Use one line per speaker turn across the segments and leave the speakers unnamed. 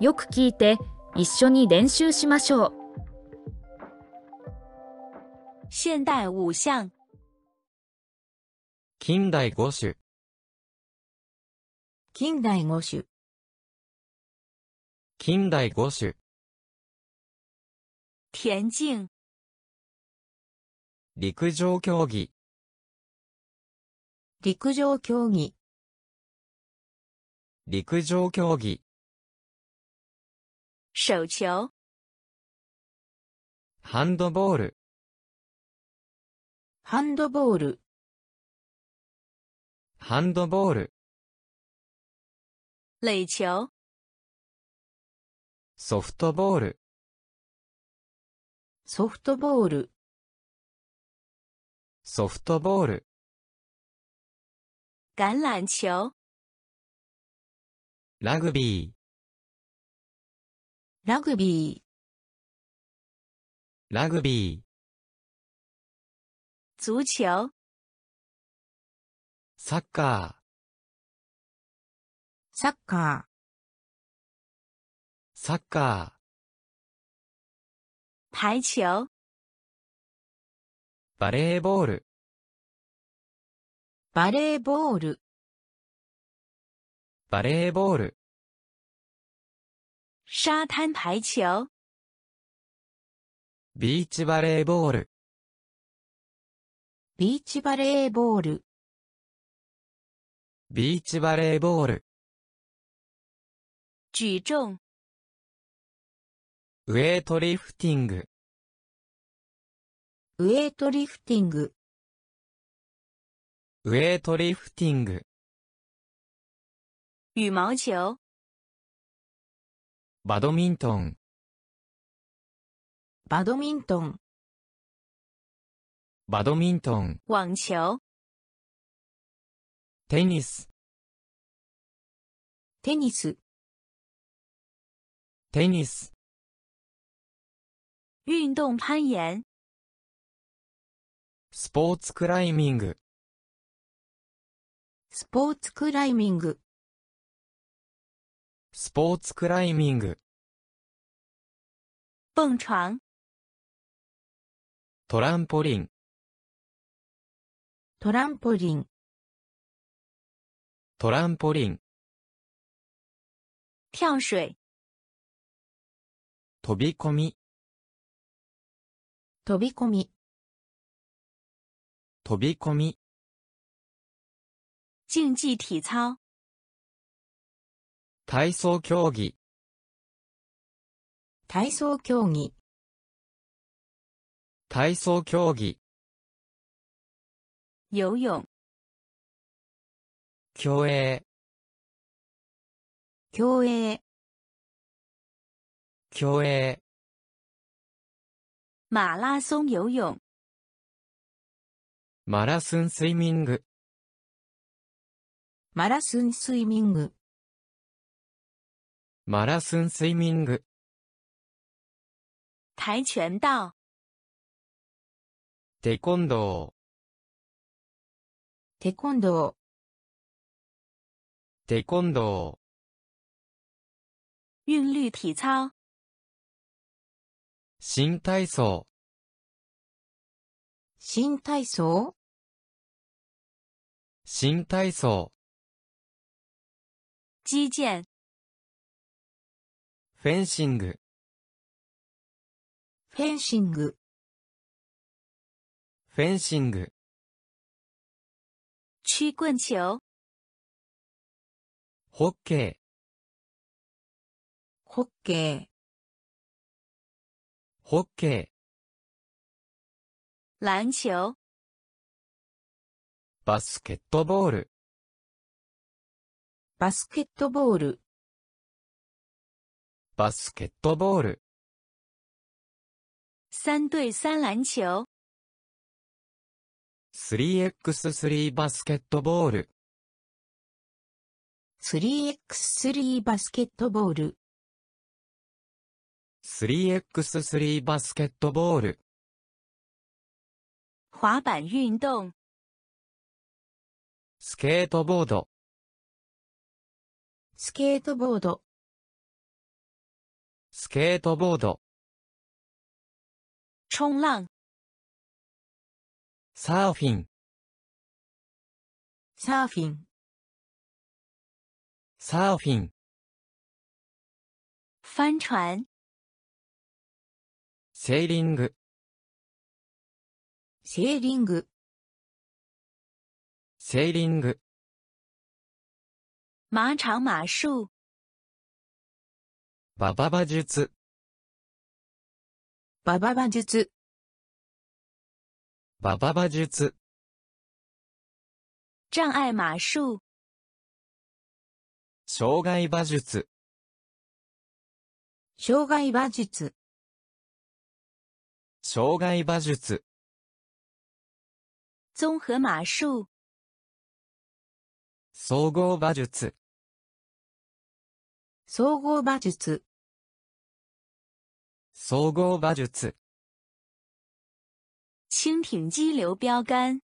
よく聞いて一緒に練習しましょう
现代五项、
近代五種、
近代五種、
近代五種、
田径、
陸上競技、
陸上競技、
陸上競技、
手球、
ハンドボール、
ハンドボール、
ハンドボール、
垒球、
ソフトボール、
ソフトボール、
ソフトボール、
橄榄球、
ラグビー、
ラグビー、
ラグビー、
足球、
サッカー、
サッカ
サッカー、
ー、排球、
バレーボール、
バレーボール、
バレーボール、
沙滩排球、
ビーチバレーボール、
ビーチバレーボール、
ビーチバレーボール、
举重、
ウェイトリフティング、
ウエイトリフティング、
ウェイトリフティング、
羽毛球、
バドミントン、
バドミントン、
バドミントン、
网球、
テニス、
テニス、
テニス、
运动攀岩、
スポーツクライミング、
スポーツクライミング、
スポーツクライミング、
蹦床、
トランポリン、
トランポリン、
トランポリン、
跳水、
飛び込み、
飛び込み、
飛び込み、
竞技体操、
体操競技、
体操競技、
体操競技、
游泳、
競泳、
競泳、
競泳、
马拉松游泳、
マラソンスイミング、
マラソンスイミング、
マラソンスイミング、
跆拳道、
テコンド
テコンドー、
ー、テコンド
韵律体操、
ー、新体操、
新体操、
新体操、
击剑、
フェンシング、
フェンシング、
フェンシング、
曲棍球、
ホッケー、
ホッケー、
ホッケー、
篮球、
バスケットボール、
バスケットボール、
バスケットボール、
三对三篮球、
3x3 バスケットボール、
3x3 バスケットボール、
3x3 バスケットボール、
滑板运动、
スケートボード、
スケートボード、
スケートボード、
冲浪、
サーフィン、
サーフィン、
サーフィン、
帆船、
セーリング、
セーリング、
セーリング、
马场马术、
ババ馬術、
ババ馬術、
ババ馬術、
障碍马术、
障害馬術、
障害馬術、
障害馬術、
综合马术、
総合馬術、
総合馬術、
総合馬術、
轻艇激流标杆、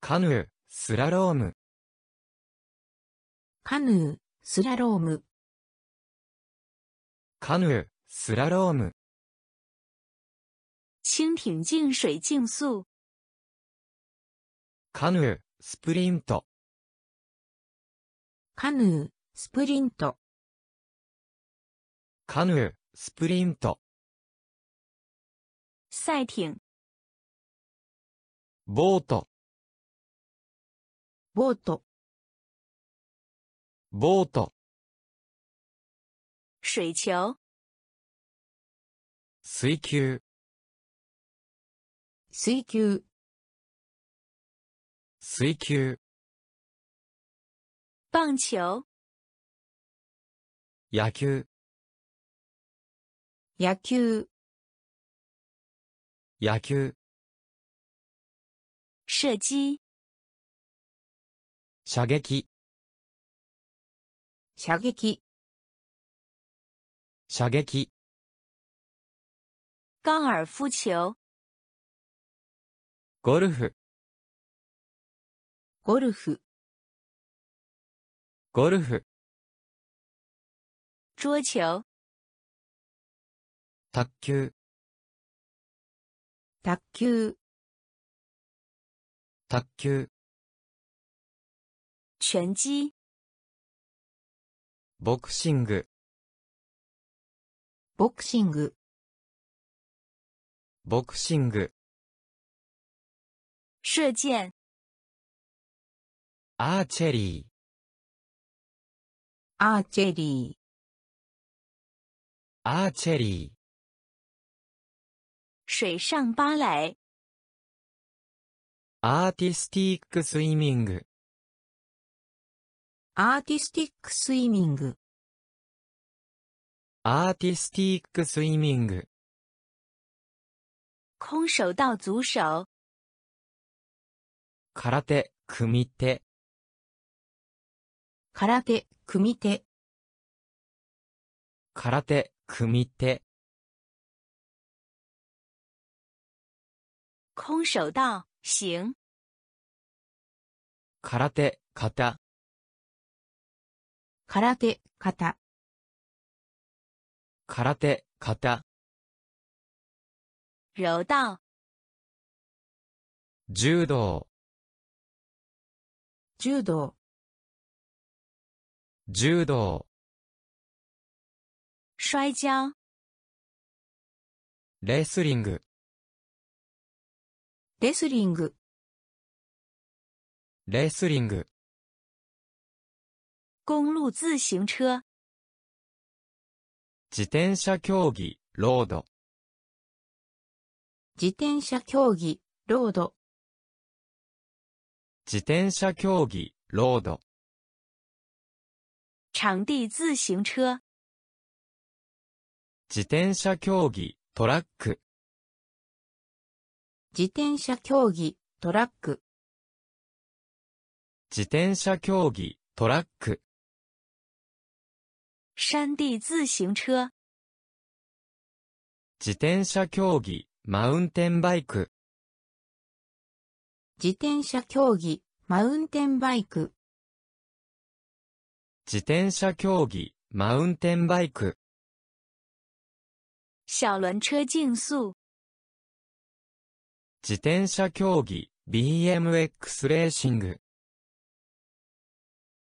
カヌー、スラローム、
カヌー、スラローム、
カヌー、スラローム、
轻艇竞水竞速、
カヌー、スプリント、
カヌー、スプリント、
カヌー、スプリント、
赛艇、
ボート、
ボート、
ボート、
水球、
水球、
水球、
水球、
棒球、
野球、
野球、
野球、
射击、
射撃、
射撃、
射撃、
高尔夫球、
ゴルフ、
ゴルフ、
ゴルフ、
桌球、
卓球、
卓球、
卓球、
拳击、
ボクシング、
ボクシング、
ボクシング、
射箭、
アーチェリー、
アーチェリー、
アーチェリー、
水上芭蕾、
アーティスティックスイミング、
アーティスティックスイミング、
アーティスティックスイミング、
空手道足手、
空手、組手、
空手、組手、
空手、組手、
空手道、行、
空手、型、
空手、型、
空手、型、
柔道、
柔道、
柔道、
柔道、
摔跤、
レスリング、
レスリング、
レスリング、
公路自行车、
自転車競技、ロード、
自転車競技、ロード、
自転車競技、ロード、
场地自行车、
自転車競技、トラック、
自転車競技、トラック、
自転車競技、トラック、
山地自行车、
自転車競技、マウンテンバイク、
自転車競技、マウンテンバイク、
自転車競技、マウンテンバイク、
小轮车竞速、
自転車競技 BMX レーシング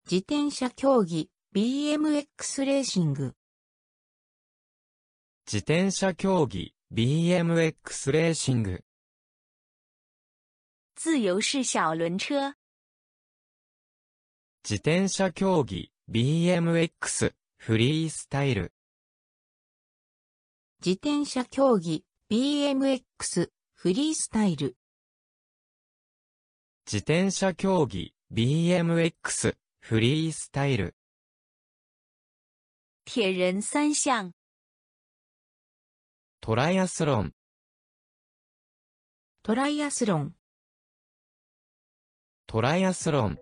自転車競技、BMX レーシング、
自転車競技 BMX レーシング
自由式小轮车、
自転車競技 BMX フリースタイル
自転車競技、BMX、フリースタイル、
自転車競技 BMX フリースタイル
铁人三项、
トライアスロン
トライアスロン、
トライアスロン